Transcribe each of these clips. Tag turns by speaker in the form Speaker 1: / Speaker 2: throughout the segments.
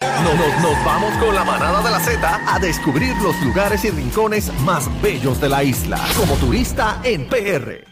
Speaker 1: no, no, nos vamos con la manada de la Z a descubrir los lugares y rincones más bellos de la isla. Como turista en PR.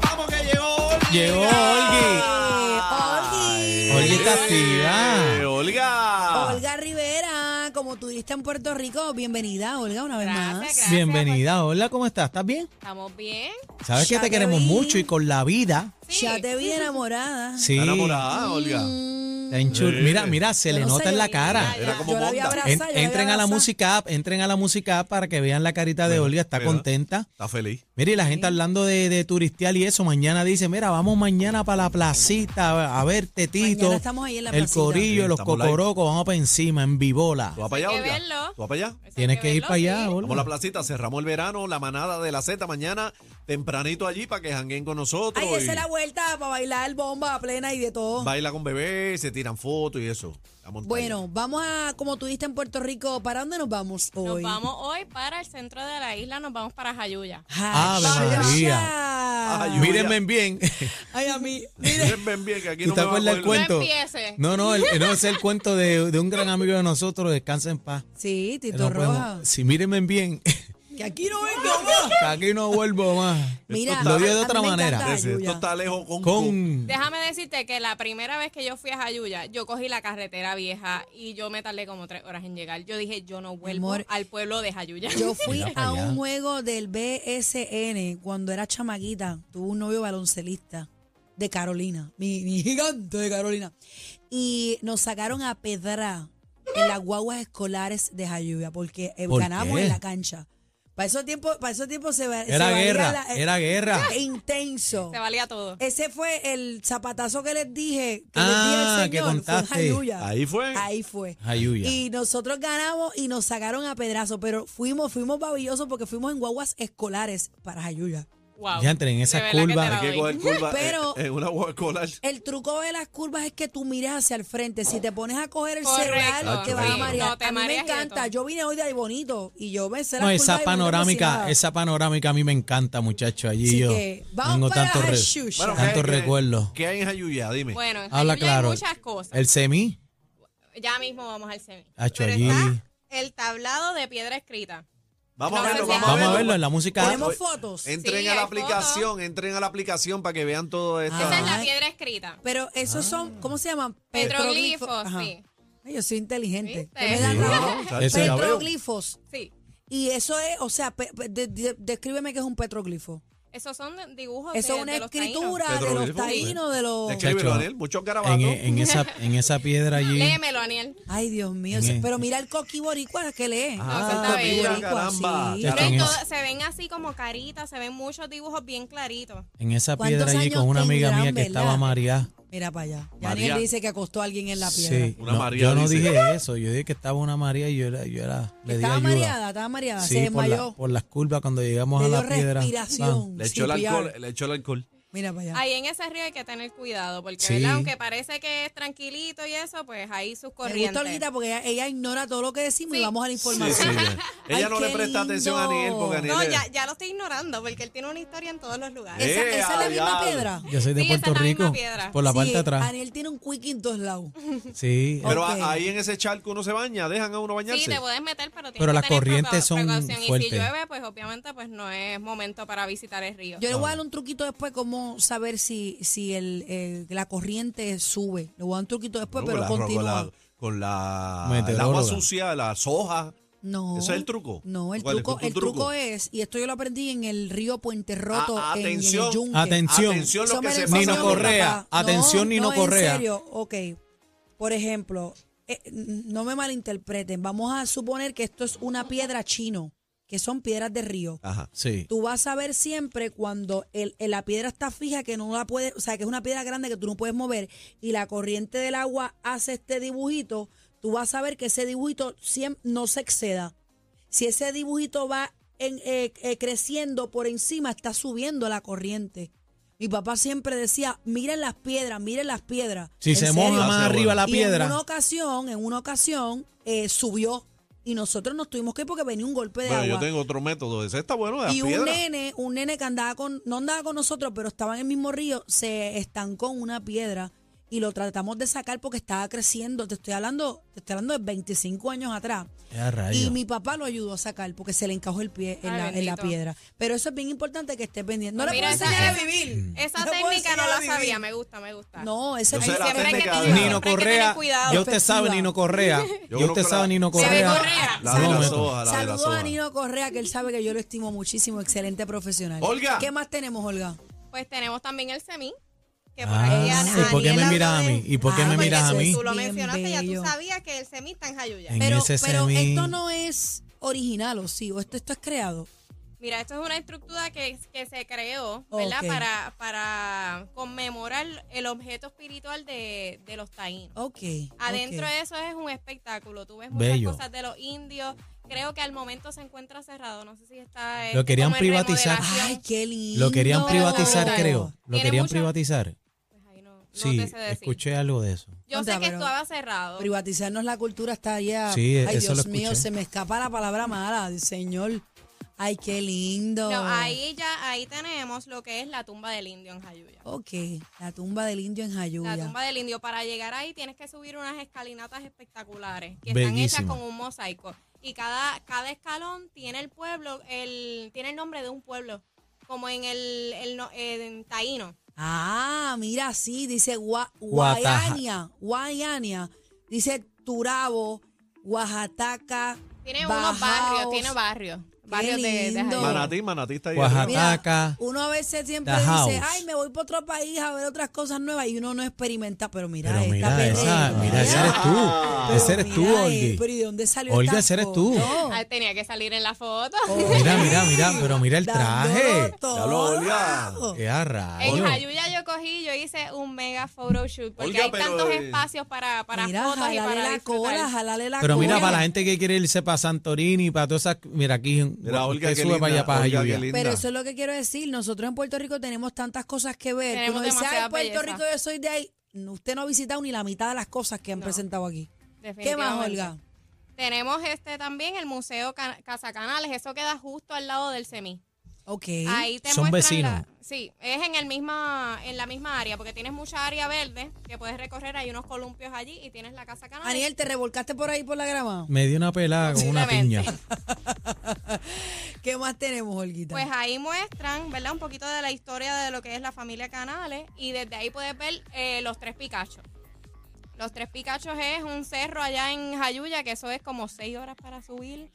Speaker 2: Vamos que llegó Olga.
Speaker 3: Llegó Olga.
Speaker 2: Ay,
Speaker 3: Olga está activa.
Speaker 2: Olga.
Speaker 3: Ah.
Speaker 4: Olga Rivera, como turista en Puerto Rico, bienvenida, Olga, una vez
Speaker 5: Gracias,
Speaker 4: más.
Speaker 5: gracias.
Speaker 3: Bienvenida, hola, ¿cómo estás? ¿Estás bien?
Speaker 5: ¿Estamos bien?
Speaker 3: Sabes que
Speaker 4: Ya
Speaker 3: te
Speaker 4: te
Speaker 3: queremos
Speaker 4: vi.
Speaker 3: mucho y con la vida.
Speaker 5: Sí.
Speaker 4: Ya te vi enamorada.
Speaker 3: Sí.
Speaker 2: Está enamorada, Olga.
Speaker 4: Mm,
Speaker 3: Está enchul-
Speaker 2: Sí.
Speaker 3: Mira, mira, se
Speaker 4: Yo
Speaker 3: le
Speaker 4: no
Speaker 3: nota
Speaker 4: sé,
Speaker 3: en la
Speaker 4: yo-
Speaker 3: cara.
Speaker 2: Era como
Speaker 4: yo la vi
Speaker 2: Monda.
Speaker 4: abrazada,
Speaker 3: En-
Speaker 4: yo la vi
Speaker 3: entren a la
Speaker 4: abrazada.
Speaker 3: música app, entren a la música app para que vean la carita de
Speaker 2: Mira,
Speaker 3: Olga, está
Speaker 2: mira.
Speaker 3: contenta.
Speaker 2: Está feliz.
Speaker 3: Mira, y la gente hablando de, de turistial y eso, mañana dice, mira, vamos mañana para la placita a ver Tetito,
Speaker 4: Mañana estamos ahí en la
Speaker 3: el
Speaker 4: placita.
Speaker 3: corillo,
Speaker 2: Sí,
Speaker 3: los
Speaker 2: estamos live.
Speaker 3: cocorocos, vamos para encima, en bibola.
Speaker 2: ¿Tú vas para allá,
Speaker 5: Hay que
Speaker 2: Olga?
Speaker 5: verlo.
Speaker 2: ¿Tú vas para allá?
Speaker 5: Eso hay
Speaker 3: Tienes que ir
Speaker 5: verlo,
Speaker 3: para allá,
Speaker 5: sí.
Speaker 3: Olga.
Speaker 2: Vamos a la placita, cerramos el verano, la manada de la Z mañana, tempranito allí para que janguen con nosotros.
Speaker 4: Hay que hacer
Speaker 2: y
Speaker 4: la vuelta para bailar bomba plena y de todo.
Speaker 2: Baila con bebé, se tiran fotos y eso. la montaña.
Speaker 4: Bueno, vamos a, como turista en Puerto Rico, ¿para dónde nos vamos
Speaker 5: Nos
Speaker 4: hoy?
Speaker 5: vamos hoy para el centro de la isla, nos vamos para Jayuya.
Speaker 3: Ave
Speaker 4: Hacha.
Speaker 2: María.
Speaker 3: Mírenme bien.
Speaker 4: Ay, a mí.
Speaker 2: Ven, ven, bien, que aquí
Speaker 3: ¿Tú
Speaker 2: no
Speaker 3: te
Speaker 2: me va a
Speaker 3: acuerdas el
Speaker 2: coger-
Speaker 3: cuento?
Speaker 5: No empieces.
Speaker 3: No, no, el- no es el cuento de, de un gran amigo de nosotros, descansa en paz.
Speaker 4: Sí,
Speaker 3: Que
Speaker 4: Tito
Speaker 3: no podemos-
Speaker 4: Roja.
Speaker 3: Si mírenme bien,
Speaker 4: Que aquí no vengo más.
Speaker 3: que aquí no vuelvo más.
Speaker 4: Mira,
Speaker 3: lo digo de
Speaker 4: a- a
Speaker 3: otra
Speaker 4: mí me
Speaker 3: manera.
Speaker 4: encanta.
Speaker 2: Ese, Esto
Speaker 4: Ayuya.
Speaker 2: está lejos con...
Speaker 3: Con
Speaker 5: Déjame decirte que la primera vez que yo fui a Jayuya, yo cogí la carretera vieja y yo me tardé como tres horas en llegar. Yo dije, yo no vuelvo
Speaker 4: amor,
Speaker 5: al pueblo de Jayuya.
Speaker 4: Yo fui
Speaker 3: Mira para
Speaker 4: a
Speaker 3: allá.
Speaker 4: un juego del BSN cuando era chamaquita. Tuve un novio baloncelista de Carolina, mi, mi gigante de Carolina. Y nos sacaron a pedra en las guaguas escolares de Jayuya porque eh,
Speaker 3: ¿Por
Speaker 4: ganamos
Speaker 3: qué?
Speaker 4: en la cancha. Para esos tiempos, para esos tiempos se, va- se
Speaker 3: Era
Speaker 4: valía
Speaker 3: guerra,
Speaker 4: la- eh,
Speaker 3: era guerra.
Speaker 4: Intenso.
Speaker 5: Se valía todo.
Speaker 4: Ese fue el zapatazo que les dije. Que
Speaker 3: Ah,
Speaker 4: les
Speaker 3: que
Speaker 4: dije al señor,
Speaker 3: contaste.
Speaker 4: Fue en Jayuya.
Speaker 2: Ahí fue.
Speaker 4: Ahí fue.
Speaker 3: Jayuya.
Speaker 4: Y nosotros ganamos y nos sacaron a pedrazo, pero fuimos, fuimos babillosos porque fuimos en guaguas escolares para Jayuya.
Speaker 5: Wow.
Speaker 3: Ya entré en esas
Speaker 5: De verdad
Speaker 2: Hay
Speaker 3: curvas.
Speaker 5: que te la
Speaker 2: que
Speaker 5: doy.
Speaker 2: coger curva
Speaker 4: Pero-
Speaker 2: en, en una guagua escolar.
Speaker 4: El truco de las curvas es que tú mires hacia el frente. Si te pones a coger el
Speaker 5: Correcto,
Speaker 3: Ah,
Speaker 4: celular, te vas a
Speaker 2: sí.
Speaker 4: marear.
Speaker 5: No, te
Speaker 4: a mí me
Speaker 5: mareas y de
Speaker 4: encanta.
Speaker 5: todo.
Speaker 4: Yo vine hoy de ahí bonito y yo me sé las
Speaker 3: No,
Speaker 4: curvas
Speaker 3: esa
Speaker 4: de Bonito como si
Speaker 3: panorámica,
Speaker 4: nada.
Speaker 3: esa panorámica a mí me encanta, muchacho. Allí
Speaker 4: Así
Speaker 3: yo
Speaker 4: que vamos
Speaker 3: tengo
Speaker 4: para
Speaker 3: tantos Ah. re-
Speaker 4: Jayuya.
Speaker 2: Bueno,
Speaker 3: tantos
Speaker 2: ¿qué hay-
Speaker 3: recuerdos.
Speaker 2: ¿Qué hay en Jayuya? Dime.
Speaker 5: Bueno, en
Speaker 3: Habla
Speaker 5: Jayuya
Speaker 3: claro.
Speaker 5: hay muchas cosas.
Speaker 3: El semi,
Speaker 5: Ya mismo vamos al semi.
Speaker 3: Hacho,
Speaker 5: Pero
Speaker 3: allí.
Speaker 5: está el tablado de piedra escrita.
Speaker 2: vamos a
Speaker 5: no sé
Speaker 2: verlo,
Speaker 5: si-
Speaker 2: vamos,
Speaker 3: vamos
Speaker 2: a
Speaker 3: a
Speaker 2: verlo.
Speaker 3: verlo en la música.
Speaker 4: Tenemos
Speaker 2: Oye,
Speaker 4: fotos.
Speaker 2: Entren
Speaker 5: Sí,
Speaker 2: a la
Speaker 5: hay
Speaker 2: aplicación, entren a la aplicación para que vean todo esto.
Speaker 5: Esa es
Speaker 4: Ah.
Speaker 5: la piedra escrita.
Speaker 4: Pero
Speaker 3: Ah.
Speaker 4: esos son, ¿cómo se llaman?
Speaker 5: Petroglifos,
Speaker 4: Ajá.
Speaker 5: sí.
Speaker 4: Ay, Yo soy inteligente.
Speaker 5: ¿Viste?
Speaker 4: Que me dan
Speaker 5: Sí.
Speaker 4: trabajo.
Speaker 3: Ese- la veo.
Speaker 4: Petroglifos.
Speaker 5: Sí.
Speaker 4: Y eso es, o sea, pe- pe- de- de- descríbeme qué es un petroglifo.
Speaker 5: Esos son dibujos
Speaker 4: Eso
Speaker 5: de-
Speaker 4: es una
Speaker 5: de los taínos.
Speaker 4: escritura de los
Speaker 2: Petroglifo,
Speaker 4: taínos, de los...
Speaker 2: Escríbelo,
Speaker 3: Chacho.
Speaker 2: Daniel, muchos
Speaker 3: en,
Speaker 2: garabatos.
Speaker 3: en esa, en esa piedra allí.
Speaker 5: Léemelo, Aniel.
Speaker 4: Ay, Dios mío.
Speaker 3: Bien.
Speaker 4: ese- Pero mira el coqui boricua que lee.
Speaker 2: Ah,
Speaker 5: No, está
Speaker 4: coqui
Speaker 5: mira,
Speaker 2: caramba.
Speaker 4: sí.
Speaker 3: Ya
Speaker 5: No,
Speaker 3: está.
Speaker 5: y
Speaker 3: en
Speaker 5: todo-
Speaker 3: esa.
Speaker 5: se ven así como caritas, se ven muchos dibujos bien claritos.
Speaker 3: En esa piedra
Speaker 4: ¿Cuántos
Speaker 3: allí
Speaker 4: años
Speaker 3: con una amiga
Speaker 4: tendrán,
Speaker 3: mía que estaba
Speaker 4: verdad?
Speaker 3: María.
Speaker 4: Mira para allá. Ya
Speaker 2: María.
Speaker 4: Daniel dice que acostó a alguien en la piedra.
Speaker 3: Sí,
Speaker 2: Una
Speaker 3: no,
Speaker 2: María,
Speaker 3: yo no
Speaker 2: dice.
Speaker 3: dije eso, yo dije que estaba una María y yo era, yo era le di
Speaker 4: Estaba
Speaker 3: ayuda.
Speaker 4: mareada, estaba mareada.
Speaker 3: Sí,
Speaker 4: se
Speaker 3: por, la-
Speaker 4: desmayó.
Speaker 3: por las curvas cuando llegamos
Speaker 4: Le
Speaker 3: a
Speaker 4: dio
Speaker 3: la piedra.
Speaker 4: respiración.
Speaker 2: Ah. le echó el
Speaker 4: CPR.
Speaker 2: alcohol, le echó el alcohol.
Speaker 4: Mira para allá.
Speaker 5: Ahí en ese río hay que tener cuidado, porque
Speaker 3: Sí.
Speaker 5: ¿verdad? aunque parece que es tranquilito y eso, pues ahí sus
Speaker 4: Me gusta
Speaker 5: corrientes.
Speaker 4: Olguita porque ella, ella ignora todo lo que decimos y
Speaker 5: Sí.
Speaker 4: vamos a la
Speaker 2: Sí, sí,
Speaker 4: información.
Speaker 2: Ella
Speaker 4: Ay,
Speaker 2: no le
Speaker 4: qué
Speaker 2: presta atención a Daniel porque Daniel
Speaker 5: no,
Speaker 2: es-
Speaker 5: ya, ya lo estoy ignorando, porque él tiene una historia en todos los lugares.
Speaker 2: Eh,
Speaker 4: Esa, esa es la
Speaker 2: ay,
Speaker 4: misma
Speaker 2: ay.
Speaker 4: piedra.
Speaker 3: Yo soy de
Speaker 5: Sí, esa es
Speaker 3: Puerto
Speaker 5: la misma
Speaker 3: Rico,
Speaker 5: piedra.
Speaker 3: por la parte de atrás.
Speaker 4: Daniel tiene un quickie en dos lados.
Speaker 3: Sí, eh,
Speaker 2: Pero a-
Speaker 4: Ok.
Speaker 2: ahí en ese charco uno se baña, dejan a uno bañarse.
Speaker 5: Sí, te puedes meter, pero tienes
Speaker 3: Pero
Speaker 5: que
Speaker 3: las
Speaker 5: tener
Speaker 3: corrientes
Speaker 5: preca-
Speaker 3: son
Speaker 5: precaución. Y
Speaker 3: fuertes.
Speaker 5: si llueve, pues obviamente pues no es momento para visitar el río.
Speaker 4: Yo le voy a dar un truquito después, cómo saber si, si el, eh, la corriente sube. Le voy a dar un truquito después,
Speaker 2: No,
Speaker 4: pero
Speaker 2: con, la, con
Speaker 4: continúa.
Speaker 2: la- con la- el
Speaker 3: Meteoróloga.
Speaker 2: agua sucia, la soja.
Speaker 4: No.
Speaker 2: ¿Ese es el truco?
Speaker 4: No, el
Speaker 2: ¿Cuál es?
Speaker 4: truco,
Speaker 2: ¿Cuál
Speaker 4: el
Speaker 2: es tu
Speaker 4: truco?
Speaker 2: truco?
Speaker 4: es, y esto yo lo aprendí en el río Puente Roto,
Speaker 2: A-
Speaker 4: en- en
Speaker 2: atención.
Speaker 4: el Yunque.
Speaker 3: Aten- Atención.
Speaker 2: Atención
Speaker 4: Eso
Speaker 2: lo que
Speaker 4: me
Speaker 2: se
Speaker 4: lo
Speaker 2: pasa.
Speaker 3: Nino
Speaker 4: enseñó mi
Speaker 2: por-
Speaker 3: Correa.
Speaker 4: papá.
Speaker 3: Atención, Nino Correa.
Speaker 4: En serio, ok. Por ejemplo, eh, no me malinterpreten. Vamos a suponer que esto es una piedra chino, que son piedras de río.
Speaker 2: Ajá.
Speaker 3: sí.
Speaker 4: Tú vas a ver siempre cuando el, el- la piedra está fija, que no la puedes, o sea, que es una piedra grande que tú no puedes mover y la corriente del agua hace este dibujito, tú vas a ver que ese dibujito siem- no se exceda. Si ese dibujito va en- eh, eh, creciendo por encima, está subiendo la corriente. Mi papá siempre decía, miren las piedras, miren las piedras.
Speaker 3: Si
Speaker 4: En
Speaker 3: se
Speaker 4: serio.
Speaker 3: moja más
Speaker 2: Hace bueno.
Speaker 3: arriba la
Speaker 4: Y En una
Speaker 3: piedra.
Speaker 4: ocasión, en una ocasión, eh, subió y nosotros nos tuvimos que ir porque venía un golpe de
Speaker 2: Bueno,
Speaker 4: agua.
Speaker 2: yo tengo otro método. Ese está bueno, de las
Speaker 4: Y un
Speaker 2: piedras.
Speaker 4: nene, un nene que andaba con, no andaba con nosotros, pero estaba en el mismo río, se estancó en una piedra y lo tratamos de sacar porque estaba creciendo. Te estoy hablando, te estoy hablando de 25 años atrás.
Speaker 3: Ya, rayo.
Speaker 4: Y mi papá lo ayudó a sacar porque se le encajó el pie en,
Speaker 5: Ay,
Speaker 4: la, en la
Speaker 5: Ah, bendito.
Speaker 4: piedra. Pero eso es bien importante que estés pendiente. No le
Speaker 5: Pues Mira,
Speaker 4: puedes
Speaker 5: esa-
Speaker 4: enseñar a
Speaker 5: esa-
Speaker 4: vivir.
Speaker 5: Esa
Speaker 4: No le puedo
Speaker 5: técnica no
Speaker 4: enseñar a
Speaker 5: la
Speaker 4: vivir.
Speaker 5: sabía, me gusta, me gusta.
Speaker 4: No, esa
Speaker 2: Yo
Speaker 4: es
Speaker 2: sé la
Speaker 5: siempre hay que
Speaker 2: técnica
Speaker 5: tener-
Speaker 2: de-
Speaker 5: siempre
Speaker 3: Nino
Speaker 5: hay que tener
Speaker 3: Correa.
Speaker 5: cuidado.
Speaker 3: Ya usted sabe,
Speaker 4: efectiva.
Speaker 3: Nino Correa.
Speaker 2: Yo
Speaker 3: Ya
Speaker 2: creo
Speaker 3: usted
Speaker 2: que
Speaker 3: sabe,
Speaker 2: la-
Speaker 3: Nino
Speaker 5: Se ve
Speaker 3: Correa.
Speaker 5: Correa.
Speaker 2: La de
Speaker 3: No,
Speaker 2: la
Speaker 3: me-
Speaker 2: soja, la de la
Speaker 4: Saludos a
Speaker 2: soja.
Speaker 4: Nino Correa, que él sabe que yo lo estimo muchísimo, excelente profesional.
Speaker 2: Olga.
Speaker 4: ¿Qué más tenemos, Olga?
Speaker 5: Pues tenemos también el semín. Que por ahí
Speaker 3: Ah,
Speaker 5: Ana-
Speaker 3: ¿y por qué me
Speaker 5: Aniel
Speaker 3: miras a
Speaker 5: habló de-
Speaker 3: mí? ¿Y por qué
Speaker 4: Ah,
Speaker 3: me
Speaker 5: porque
Speaker 3: miras a
Speaker 5: tú-
Speaker 3: mí?
Speaker 5: Tú lo
Speaker 4: Bien
Speaker 5: mencionaste, ya tú
Speaker 4: bello.
Speaker 5: sabías que el semín está en Jayuya.
Speaker 3: En
Speaker 4: Pero,
Speaker 3: ese
Speaker 4: pero
Speaker 3: semín.
Speaker 4: esto no es original, ¿o sí? ¿O esto, esto es creado?
Speaker 5: Mira, esto es una estructura que, que se creó, ¿verdad?
Speaker 4: Ok.
Speaker 5: Para, para conmemorar el objeto espiritual de, de los taínos.
Speaker 4: Oh, Ok.
Speaker 5: Adentro
Speaker 4: ok.
Speaker 5: de eso es un espectáculo. Tú ves muchas
Speaker 3: Bello.
Speaker 5: cosas de los indios. Creo que al momento se encuentra cerrado. No sé si está.
Speaker 3: Lo
Speaker 5: este,
Speaker 3: querían
Speaker 5: como en
Speaker 3: privatizar.
Speaker 5: remodelación.
Speaker 4: Ay, qué lindo.
Speaker 3: Lo querían privatizar,
Speaker 5: No.
Speaker 3: creo. Lo
Speaker 5: Tiene
Speaker 3: querían
Speaker 5: mucho-
Speaker 3: privatizar.
Speaker 5: Pues ahí no, no
Speaker 3: Sí,
Speaker 5: te sé decir.
Speaker 3: escuché algo de eso.
Speaker 5: Yo
Speaker 4: Contra,
Speaker 5: sé que
Speaker 4: pero-
Speaker 5: estaba cerrado.
Speaker 4: Privatizarnos la cultura está allá.
Speaker 3: Sí,
Speaker 4: Ay,
Speaker 3: eso
Speaker 4: Dios
Speaker 3: lo
Speaker 4: mío,
Speaker 3: escuché.
Speaker 4: se me escapa la palabra mala, señor. Ay, qué lindo.
Speaker 5: No, ahí ya, ahí tenemos lo que es la tumba del indio en Jayuya.
Speaker 4: Ok, la tumba del indio en Jayuya.
Speaker 5: La tumba del indio. Para llegar ahí tienes que subir unas escalinatas espectaculares que están
Speaker 3: Bellísimo.
Speaker 5: hechas con un mosaico. Y cada, cada escalón tiene el pueblo, el, tiene el nombre de un pueblo, como en el, el no- en Taíno.
Speaker 4: Ah, mira, sí, dice Gua-
Speaker 3: Guataja.
Speaker 4: Guayania, Guayania, dice Turabo, Oaxaca.
Speaker 5: Tiene
Speaker 4: Bajaos.
Speaker 5: unos barrios, tiene barrios. Barrios de, de
Speaker 4: lindo.
Speaker 5: Jayuya.
Speaker 2: Manatí, Manatí está ahí.
Speaker 3: Oaxaca.
Speaker 2: arriba.
Speaker 4: Mira,
Speaker 3: Ataca.
Speaker 4: uno a veces siempre
Speaker 3: The
Speaker 4: dice,
Speaker 3: house.
Speaker 4: ay, me voy para otro país a ver otras cosas nuevas y uno no experimenta, pero mira,
Speaker 3: Pero
Speaker 4: esta
Speaker 3: mira, esa,
Speaker 4: pendeja.
Speaker 3: mira, ese eres tú.
Speaker 4: Pero
Speaker 3: Ese eres tú,
Speaker 4: mira, eh, Pero
Speaker 3: Olgi.
Speaker 4: ¿y dónde salió
Speaker 3: Olga,
Speaker 4: esta
Speaker 3: ese eres
Speaker 4: foto?
Speaker 3: tú.
Speaker 5: Ah, tenía que salir en la foto.
Speaker 4: Oh,
Speaker 3: Mira, mira, mira, pero mira el
Speaker 4: Dándolo
Speaker 3: traje.
Speaker 4: todo. Eh,
Speaker 2: Ya lo, Olga.
Speaker 3: ¡Qué
Speaker 5: En
Speaker 3: rayo!
Speaker 5: Jayuya yo cogí, yo hice un mega photo shoot porque
Speaker 2: Olga,
Speaker 5: hay
Speaker 2: pero,
Speaker 5: tantos
Speaker 2: eh,
Speaker 5: espacios para, para
Speaker 4: Mira,
Speaker 5: fotos y
Speaker 4: jalale
Speaker 5: para
Speaker 4: la
Speaker 5: disfrutar.
Speaker 4: cola, jalale la
Speaker 3: Pero
Speaker 4: cola.
Speaker 3: mira, para la gente que quiere irse para Santorini, para todas esas. Mira, aquí.
Speaker 2: Mira, Olga,
Speaker 3: usted
Speaker 2: qué
Speaker 3: sube
Speaker 2: linda,
Speaker 3: para allá, para
Speaker 2: Olga, qué
Speaker 3: Jayuya.
Speaker 2: linda.
Speaker 4: Pero eso es lo que quiero decir. Nosotros en Puerto Rico tenemos tantas cosas que ver. que
Speaker 5: Tenemos
Speaker 4: uno dice, ay,
Speaker 5: demasiadas
Speaker 4: Puerto
Speaker 5: bellezas".
Speaker 4: Rico, yo soy de ahí. No, Usted no ha visitado ni la mitad de las cosas que han
Speaker 5: No.
Speaker 4: presentado aquí. ¿Qué
Speaker 5: Definitivamente.
Speaker 4: más, Olga?
Speaker 5: Tenemos este también el Museo Ca- Casa Canales, eso queda justo al lado del SEMI.
Speaker 4: Ok.
Speaker 5: Ahí te
Speaker 3: Son
Speaker 5: muestran la-
Speaker 3: vecinos.
Speaker 5: sí, es en el misma en la misma área porque tienes mucha área verde que puedes recorrer, hay unos columpios allí y tienes la Casa Canales.
Speaker 4: Aniel, ¿te revolcaste por ahí por la grama?
Speaker 3: Me dio una pelada con una piña.
Speaker 5: Posiblemente.
Speaker 4: ¿Qué más tenemos, Olguita?
Speaker 5: Pues ahí muestran, ¿verdad? Un poquito de la historia de lo que es la familia Canales y desde ahí puedes ver eh, los tres Picachos. Los tres Picachos es un cerro allá en Jayuya que eso es como seis horas para subir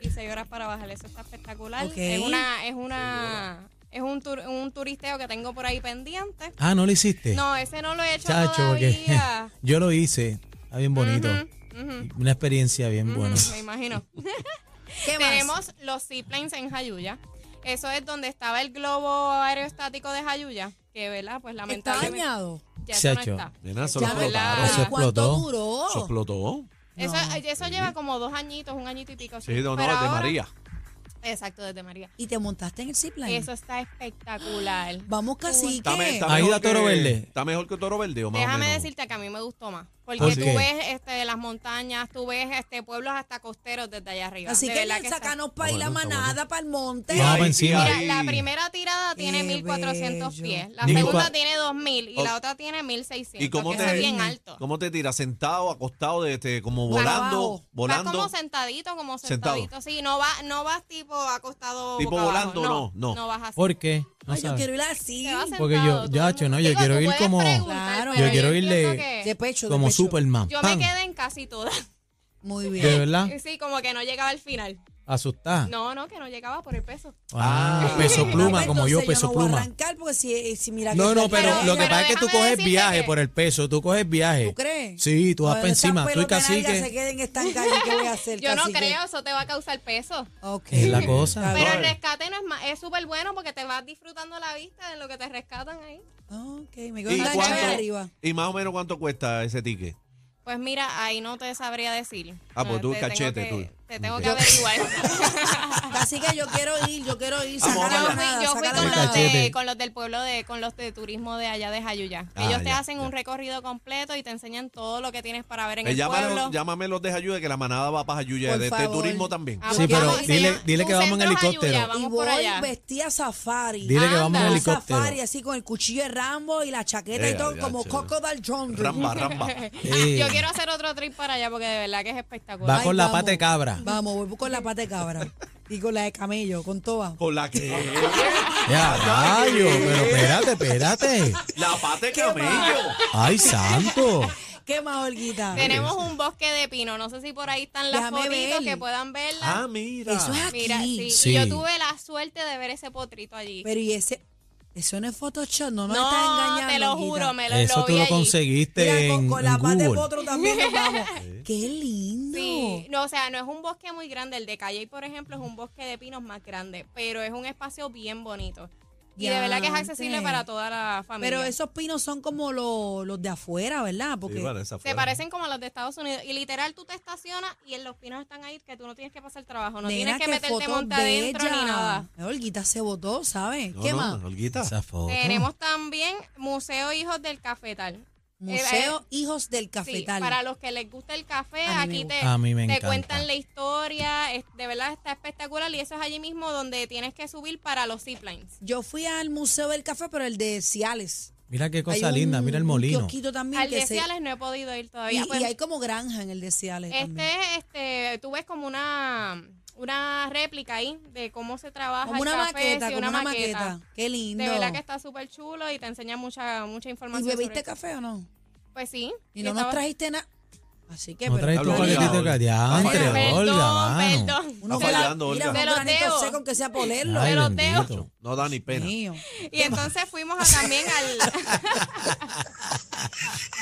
Speaker 5: y seis horas para bajar. Eso está espectacular.
Speaker 4: Ok.
Speaker 5: Es una, es una, es un, tur- un turisteo que tengo por ahí pendiente.
Speaker 3: Ah, ¿no lo hiciste?
Speaker 5: No, ese no lo he hecho
Speaker 3: Chacho, porque
Speaker 5: todavía.
Speaker 3: yo lo hice. Está bien bonito.
Speaker 5: Ujú, ujú,
Speaker 3: Una experiencia bien
Speaker 5: ujú,
Speaker 3: buena.
Speaker 5: Me imagino.
Speaker 4: ¿Qué más?
Speaker 5: Tenemos los seaplanes en Jayuya. Eso es donde estaba el globo aerostático de Jayuya, que, ¿verdad? Pues
Speaker 4: ¿Está
Speaker 5: lamentablemente
Speaker 4: dañado?
Speaker 5: ya
Speaker 3: Se
Speaker 5: eso no
Speaker 3: ha hecho.
Speaker 5: está.
Speaker 2: Nena, eso
Speaker 5: Ya,
Speaker 2: lo
Speaker 5: ¿verdad? Oh.
Speaker 2: explotaron.
Speaker 3: Eso
Speaker 4: ¿Pero ¿Cuánto
Speaker 3: explotó.
Speaker 4: duró?
Speaker 2: Eso explotó.
Speaker 5: Eso, eh,
Speaker 4: No.
Speaker 5: eso lleva como dos añitos, un añito y pico.
Speaker 2: Sí, no, no,
Speaker 5: Pero
Speaker 2: de
Speaker 5: ahora-
Speaker 2: María.
Speaker 5: Exacto, desde María.
Speaker 4: ¿Y te montaste en el zipline?
Speaker 5: Eso está espectacular.
Speaker 4: Vamos, cacique.
Speaker 2: Está me- está
Speaker 3: Ahí
Speaker 2: mejor
Speaker 3: da Toro
Speaker 2: que-
Speaker 3: Verde.
Speaker 2: Está mejor que Toro Verde o más o
Speaker 5: Déjame
Speaker 2: menos?
Speaker 5: decirte que a mí me gustó más. Porque
Speaker 3: ¿Por
Speaker 5: tú
Speaker 3: qué?
Speaker 5: ves este, las montañas, tú ves este, pueblos hasta costeros desde allá arriba.
Speaker 4: Así
Speaker 5: De
Speaker 4: que,
Speaker 5: verdad
Speaker 4: Aniel,
Speaker 5: está-
Speaker 4: sacanos para ir la
Speaker 2: bueno, está
Speaker 4: manada, para el monte.
Speaker 2: Y
Speaker 3: Vamos
Speaker 2: ahí-
Speaker 3: pa'
Speaker 2: y
Speaker 3: encima.
Speaker 5: Mira,
Speaker 2: ahí-
Speaker 5: la primera tirada tiene
Speaker 4: Qué
Speaker 5: 1400
Speaker 4: bello.
Speaker 5: pies, la
Speaker 3: Nico,
Speaker 5: segunda
Speaker 3: pa-
Speaker 5: tiene 2000 y
Speaker 2: Oh.
Speaker 5: la otra tiene 1600.
Speaker 2: ¿Y cómo
Speaker 5: que eso
Speaker 2: te,
Speaker 5: es bien alto.
Speaker 2: cómo te tiras? ¿Sentado, acostado, de este, como
Speaker 4: Para
Speaker 2: volando?
Speaker 4: abajo.
Speaker 5: Vas
Speaker 2: volando.
Speaker 5: como sentadito, como
Speaker 2: Sentado.
Speaker 5: sentadito, sí, no va no vas tipo acostado
Speaker 2: Tipo
Speaker 5: boca abajo,
Speaker 2: volando, no, no.
Speaker 5: vas así.
Speaker 3: ¿Por qué? No
Speaker 4: Ay, yo
Speaker 3: sabes.
Speaker 4: quiero ir así.
Speaker 5: Te vas
Speaker 3: Porque yo-
Speaker 5: sentado, todo el
Speaker 3: Yacho, no,
Speaker 5: mundo-
Speaker 3: yo
Speaker 5: Digo,
Speaker 3: quiero
Speaker 5: tú
Speaker 3: ir
Speaker 5: puedes
Speaker 3: como-
Speaker 5: preguntar,
Speaker 4: Claro.
Speaker 5: pero
Speaker 4: Yo quiero
Speaker 5: entiendo
Speaker 3: irle-
Speaker 5: que
Speaker 4: De pecho, de
Speaker 3: Como
Speaker 4: pecho.
Speaker 3: Superman.
Speaker 5: Yo me
Speaker 3: ¡Pam!
Speaker 5: quedé en casi todas.
Speaker 4: Muy
Speaker 3: De
Speaker 4: bien.
Speaker 3: verdad,
Speaker 5: Sí, como que no llegaba al final.
Speaker 3: asustada.
Speaker 5: No, no, que no llegaba por el peso.
Speaker 3: Ah,
Speaker 2: Ah.
Speaker 3: peso pluma,
Speaker 4: Entonces
Speaker 3: como yo,
Speaker 4: no
Speaker 3: peso
Speaker 4: voy a
Speaker 3: pluma.
Speaker 4: arrancar porque si, si mira
Speaker 3: No,
Speaker 4: que
Speaker 3: no,
Speaker 4: está
Speaker 3: pero
Speaker 4: ella-
Speaker 3: lo que
Speaker 5: pero
Speaker 3: pasa es que tú
Speaker 5: déjame
Speaker 3: coges
Speaker 5: decirte
Speaker 3: viaje
Speaker 5: que-
Speaker 3: por el peso, tú coges viaje.
Speaker 4: ¿Tú crees?
Speaker 3: Sí, tú vas
Speaker 4: Cuando
Speaker 3: para
Speaker 4: estas
Speaker 3: encima, tú y
Speaker 4: pelotas largas se
Speaker 3: cacique.
Speaker 4: queden estancadas, ¿y ¿qué voy a hacer?
Speaker 5: Yo no
Speaker 4: cacique?
Speaker 5: creo, eso te va a causar peso.
Speaker 4: Ok.
Speaker 3: Es la cosa.
Speaker 5: Pero el
Speaker 2: Ay.
Speaker 5: rescate no es más, es súper bueno porque te vas disfrutando la vista de lo que te rescatan ahí.
Speaker 4: Ok, me quedo
Speaker 2: ¿Y,
Speaker 4: enganchada
Speaker 2: cuánto-
Speaker 4: de arriba.
Speaker 2: ¿Y más o menos cuánto cuesta ese ticket?
Speaker 5: Pues mira, ahí no te sabría decir.
Speaker 2: Ah,
Speaker 5: No,
Speaker 2: pues tú,
Speaker 5: te tengo
Speaker 2: cachete,
Speaker 5: que-
Speaker 2: tú.
Speaker 5: Te tengo que averiguar.
Speaker 4: Así que yo quiero ir, yo quiero ir,
Speaker 2: Vamos,
Speaker 4: sacar a la
Speaker 5: yo
Speaker 2: vamos.
Speaker 5: fui,
Speaker 4: manada,
Speaker 5: yo fui
Speaker 4: sacar a
Speaker 5: con,
Speaker 4: la
Speaker 5: los
Speaker 4: manada.
Speaker 5: de, con los del pueblo de, con los de turismo de allá de Jayuya.
Speaker 2: Ah,
Speaker 5: Ellos te
Speaker 2: ya,
Speaker 5: hacen
Speaker 2: ya.
Speaker 5: un recorrido completo y te enseñan todo lo que tienes para ver en
Speaker 2: Eh,
Speaker 5: el
Speaker 2: llámalo-
Speaker 5: pueblo.
Speaker 2: llámame los de Jayuya que la manada va para Jayuya,
Speaker 4: Por
Speaker 2: de, de
Speaker 4: favor.
Speaker 2: turismo también.
Speaker 5: Ah,
Speaker 3: Sí,
Speaker 5: porque
Speaker 3: pero
Speaker 5: vamos-
Speaker 3: dile-
Speaker 5: se llama-
Speaker 3: dile que
Speaker 5: tu
Speaker 3: vamos en
Speaker 5: centro es
Speaker 3: helicóptero.
Speaker 5: Ayuya,
Speaker 4: Y
Speaker 5: vamos por
Speaker 4: voy
Speaker 5: allá.
Speaker 4: vestida safari.
Speaker 3: Dile que vamos en
Speaker 5: Anda.
Speaker 4: Un
Speaker 3: helicóptero.
Speaker 4: safari así con el cuchillo de Rambo y la chaqueta
Speaker 2: Eh,
Speaker 4: y todo
Speaker 2: ya,
Speaker 4: como
Speaker 2: che.
Speaker 4: Crocodile Dundee.
Speaker 2: Ramba, ramba.
Speaker 3: Sí.
Speaker 5: Ah, Yo quiero hacer otro trip para allá porque de verdad que es espectacular.
Speaker 3: Va con la
Speaker 4: vamos.
Speaker 3: pata de cabra.
Speaker 4: Vamos, voy con la pata de cabra y con la de camello, con todas.
Speaker 2: Con la que.
Speaker 3: Ya, rayo, pero espérate, espérate.
Speaker 2: la pata de
Speaker 4: Qué
Speaker 2: camello.
Speaker 3: Ay, santo.
Speaker 4: ¿Qué más, Olguita?
Speaker 5: Tenemos un bosque de pino. No sé si por ahí están las
Speaker 4: Déjame ver.
Speaker 5: fotitos que puedan verlas.
Speaker 2: Ah, mira.
Speaker 4: Eso es-
Speaker 5: Mira,
Speaker 4: aquí.
Speaker 5: sí. y
Speaker 3: Sí.
Speaker 5: Yo tuve la suerte de ver ese potrito allí.
Speaker 4: Pero y ese, eso no es Photoshop, no me estás
Speaker 5: no,
Speaker 4: engañando.
Speaker 5: te lo
Speaker 4: Olguita.
Speaker 5: juro, me lo,
Speaker 3: Eso
Speaker 5: lo
Speaker 3: tú
Speaker 5: vi
Speaker 3: lo
Speaker 5: allí.
Speaker 3: conseguiste
Speaker 4: Mira,
Speaker 3: Este en,
Speaker 4: con, con la
Speaker 3: en
Speaker 4: pata de
Speaker 3: Google.
Speaker 4: potro también nos vamos. Qué lindo.
Speaker 5: Sí, no, o sea, no es un bosque muy grande. El de Calle, por ejemplo, es un bosque de pinos más grande, pero es un espacio bien bonito. Y de verdad que es
Speaker 4: Diantre.
Speaker 5: accesible para toda la familia.
Speaker 4: Pero esos pinos son como lo- los de afuera, ¿verdad? Porque
Speaker 2: Sí, Vanessa,
Speaker 5: Se
Speaker 2: fuera.
Speaker 5: parecen como a los de Estados Unidos. Y literal, tú te estacionas y en los pinos están ahí que tú no tienes que pasar trabajo. No
Speaker 4: nena,
Speaker 5: tienes que
Speaker 4: qué
Speaker 5: meterte
Speaker 4: foto
Speaker 5: monta adentro
Speaker 4: bella.
Speaker 5: ni nada.
Speaker 4: Eh, Olguita se votó, ¿sabes?
Speaker 2: No,
Speaker 4: ¿Qué
Speaker 2: no,
Speaker 4: más?
Speaker 2: Olguita.
Speaker 3: Esa foto.
Speaker 5: Tenemos también Museo Hijos del Cafetal.
Speaker 4: Museo
Speaker 5: Eh,
Speaker 4: Hijos del
Speaker 5: Sí,
Speaker 4: Cafetal.
Speaker 5: para los que les gusta el café,
Speaker 4: A mí me
Speaker 5: aquí te,
Speaker 3: gusta. A mí me
Speaker 5: te
Speaker 3: encanta.
Speaker 5: cuentan la historia. es- de verdad está espectacular y eso es allí mismo donde tienes que subir para los ziplines.
Speaker 4: Yo fui al Museo del Café, pero el de Ciales.
Speaker 3: Mira qué
Speaker 4: Hay
Speaker 3: cosa
Speaker 4: un-
Speaker 3: linda, mira el
Speaker 4: Un
Speaker 3: molino.
Speaker 4: kiosquito también
Speaker 5: Al
Speaker 4: que
Speaker 5: de
Speaker 4: se-
Speaker 5: Ciales no he podido ir
Speaker 4: y,
Speaker 5: todavía. Pues,
Speaker 4: y hay como granja en el de Ciales también.
Speaker 5: este, este, tú ves como una, una réplica ahí de cómo se trabaja
Speaker 4: Como
Speaker 5: el
Speaker 4: una
Speaker 5: café,
Speaker 4: maqueta,
Speaker 5: sí,
Speaker 4: como una maqueta. Qué lindo.
Speaker 5: De verdad que está súper chulo y te enseña mucha mucha
Speaker 4: ¿Y
Speaker 5: información. sobre
Speaker 4: bebiste
Speaker 5: eso.
Speaker 4: café o no?
Speaker 5: Pues sí.
Speaker 4: Y no nos
Speaker 5: estaba-
Speaker 4: trajiste nada. Así que,
Speaker 3: No
Speaker 4: pero-
Speaker 3: trajiste un
Speaker 2: Olga,
Speaker 3: paquetito de
Speaker 2: Olga.
Speaker 3: cadiantre,
Speaker 2: Olga,
Speaker 5: Perdón,
Speaker 3: Olga, mano.
Speaker 5: perdón.
Speaker 4: Uno
Speaker 2: Está
Speaker 4: con la-
Speaker 2: fallando, Olga.
Speaker 4: mira, unos
Speaker 5: De los
Speaker 4: granitos
Speaker 5: dedos.
Speaker 4: secos que sea polerlo.
Speaker 3: Ay,
Speaker 5: De los dedos.
Speaker 3: bendito.
Speaker 2: No da ni pena.
Speaker 4: Mío.
Speaker 5: Y entonces fuimos a también al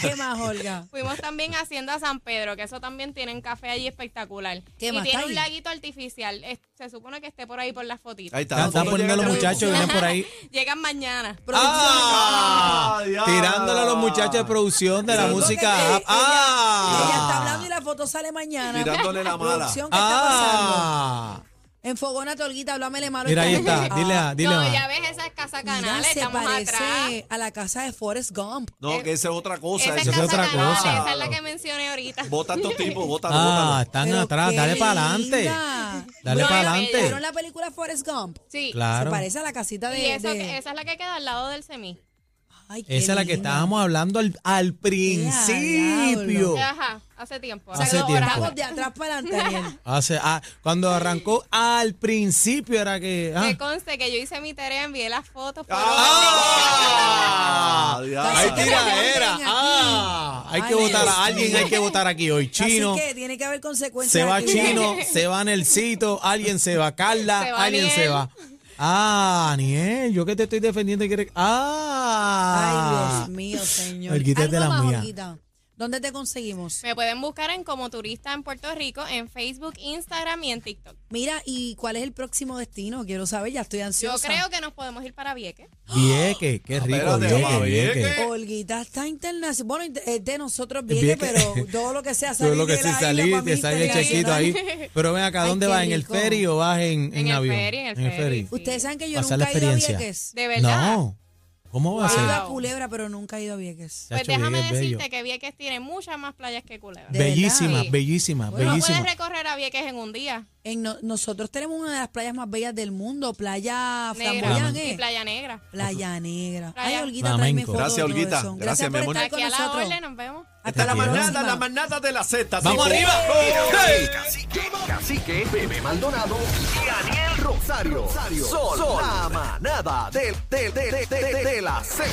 Speaker 4: ¿Qué más, Olga?
Speaker 5: fuimos también a Hacienda San Pedro, que eso también tienen café allí espectacular.
Speaker 4: ¿Qué
Speaker 5: y
Speaker 4: más
Speaker 5: tiene
Speaker 4: está
Speaker 5: un
Speaker 4: ahí?
Speaker 5: laguito artificial. Es- se supone que esté por ahí por las fotitas.
Speaker 2: Ahí está. este
Speaker 3: Ya están
Speaker 2: Nosotros
Speaker 3: poniendo los
Speaker 2: llegamos.
Speaker 3: muchachos, vienen por ahí
Speaker 5: Llegan mañana.
Speaker 2: ¡Ah!
Speaker 3: tirándole a los muchachos de producción de la
Speaker 2: Pero no
Speaker 3: música. app.
Speaker 4: Ella está
Speaker 3: ¡Ah!
Speaker 4: hablando y la foto sale mañana.
Speaker 2: Tirándole la mala.
Speaker 4: Producción, ¿qué está pasando?
Speaker 3: ¡Ah!
Speaker 4: Enfogónate, Olguita, háblamele malo.
Speaker 3: Mira,
Speaker 4: esta
Speaker 3: ahí
Speaker 4: gente.
Speaker 3: está. Dile a, dile
Speaker 5: no,
Speaker 3: a-
Speaker 5: ya ves esas casas
Speaker 4: Mira,
Speaker 5: canales,
Speaker 4: se
Speaker 5: estamos
Speaker 4: parece
Speaker 5: atrás.
Speaker 4: a la casa de Forrest Gump.
Speaker 3: Eh,
Speaker 2: No, que esa es otra cosa.
Speaker 5: Esa
Speaker 3: eso
Speaker 5: es
Speaker 3: es
Speaker 5: casa
Speaker 3: otra
Speaker 5: canales,
Speaker 3: cosa.
Speaker 5: esa es la que mencioné ahorita.
Speaker 2: Bota estos tipos, bota,
Speaker 3: Ah, están
Speaker 4: Pero
Speaker 3: atrás.
Speaker 4: qué
Speaker 3: Dale para adelante.
Speaker 4: linda.
Speaker 3: Dale
Speaker 5: No,
Speaker 3: para
Speaker 5: ella-
Speaker 3: adelante.
Speaker 4: ¿Vieron la película Forrest Gump?
Speaker 5: Sí.
Speaker 3: Claro.
Speaker 4: Se parece a la casita de...
Speaker 5: Y eso
Speaker 4: de-
Speaker 5: que- esa es la que queda al lado del semi.
Speaker 4: Ay, qué
Speaker 3: Esa es la que
Speaker 4: linda.
Speaker 3: estábamos hablando al, al principio.
Speaker 5: Ajá, hace tiempo.
Speaker 3: Oh. Hace
Speaker 5: Hace
Speaker 3: tiempo.
Speaker 5: horas.
Speaker 4: Vamos de atrás para adelante, Daniel.
Speaker 3: Hace- ah, cuando arrancó al principio era que. ah.
Speaker 5: Que conste que yo hice mi tarea, envié las fotos. por
Speaker 2: ¡Ah!
Speaker 4: Ah,
Speaker 3: Hay
Speaker 4: sí,
Speaker 3: tiraera.
Speaker 4: aquí.
Speaker 3: Ah, hay que
Speaker 4: Ay,
Speaker 3: votar
Speaker 4: Dios
Speaker 3: a alguien,
Speaker 4: mío.
Speaker 3: hay que votar aquí hoy. Chino.
Speaker 4: Así que tiene Pues que haber consecuencias.
Speaker 3: Se va
Speaker 4: aquí.
Speaker 3: Chino, se va Nelsito, alguien se va Carla,
Speaker 5: Se va
Speaker 3: alguien
Speaker 5: Aniel.
Speaker 3: se va. Ah, Aniel, yo que te estoy defendiendo y que...
Speaker 4: Ay,
Speaker 3: Ah.
Speaker 4: Dios mío, señor.
Speaker 3: Olguita es de
Speaker 4: Algo
Speaker 3: la
Speaker 4: más,
Speaker 3: mía.
Speaker 4: Olguita. ¿Dónde te conseguimos?
Speaker 5: Me pueden buscar en Como Turista en Puerto Rico, en Facebook, Instagram y en TikTok.
Speaker 4: Mira, ¿y cuál es el próximo destino? Quiero saber, ya estoy
Speaker 5: Yo
Speaker 4: ansiosa.
Speaker 5: creo que nos podemos ir para Vieques.
Speaker 3: Vieque, qué rico,
Speaker 2: Espérate,
Speaker 3: Vieque,
Speaker 2: vamos a
Speaker 3: Vieque.
Speaker 2: Vieque.
Speaker 4: Olguita está internacional. Bueno, inte- es de nosotros Vieques,
Speaker 3: Vieques.
Speaker 4: pero todo lo que sea salir
Speaker 3: Yo lo que
Speaker 4: de
Speaker 3: sé
Speaker 4: la isla,
Speaker 3: salí,
Speaker 4: para
Speaker 3: te
Speaker 4: mí,
Speaker 3: sale el chequito ahí.
Speaker 4: internacional.
Speaker 3: Pero ven acá,
Speaker 4: Ay,
Speaker 3: ¿dónde
Speaker 4: qué
Speaker 3: vas? ¿En el
Speaker 4: rico.
Speaker 3: ferry o vas en, en,
Speaker 5: En el
Speaker 3: avión?
Speaker 5: ferry, en el ferry.
Speaker 4: Ustedes saben que yo
Speaker 3: Pasar la
Speaker 4: nunca he ido a
Speaker 3: experiencia. Ah,
Speaker 4: Vieques.
Speaker 5: De verdad.
Speaker 3: No, ¿cómo va a
Speaker 4: He ido
Speaker 3: ser?
Speaker 4: a
Speaker 5: Wow.
Speaker 4: Culebra, pero nunca he ido a Vieques.
Speaker 5: Pues
Speaker 3: Chacho,
Speaker 5: déjame
Speaker 3: Vieques es
Speaker 5: decirte
Speaker 3: bello.
Speaker 5: que Vieques tiene muchas más playas que Culebra.
Speaker 4: De pues,
Speaker 3: Bellísima,
Speaker 5: verdad.
Speaker 3: bellísima,
Speaker 5: Tú no puedes
Speaker 3: bellísima.
Speaker 5: recorrer a Vieques en un día.
Speaker 4: En no- nosotros tenemos una de las playas más bellas del mundo, Playa
Speaker 5: Negra.
Speaker 4: Flamboyán,
Speaker 5: Y
Speaker 4: ¿eh?
Speaker 5: Playa Negra.
Speaker 4: Playa Negra.
Speaker 5: Playa-
Speaker 4: Ay, Olguita, tráeme
Speaker 3: Flamenco.
Speaker 4: fotos
Speaker 2: Gracias,
Speaker 4: de todo
Speaker 2: Olguita.
Speaker 4: eso.
Speaker 2: Gracias, mi amor.
Speaker 4: por estar
Speaker 5: Aquí
Speaker 4: con
Speaker 5: a la
Speaker 4: nosotros.
Speaker 5: orden, nos vemos.
Speaker 4: Hasta la
Speaker 3: Te quiero.
Speaker 4: mañana.
Speaker 2: la manada de la Z.
Speaker 3: ¡Vamos
Speaker 2: sí.
Speaker 3: arriba!
Speaker 1: El Cacique, Cacique, Bebé Maldonado y Daniel Rosario. Sol, la manada del- del- del- del- del- de la Z.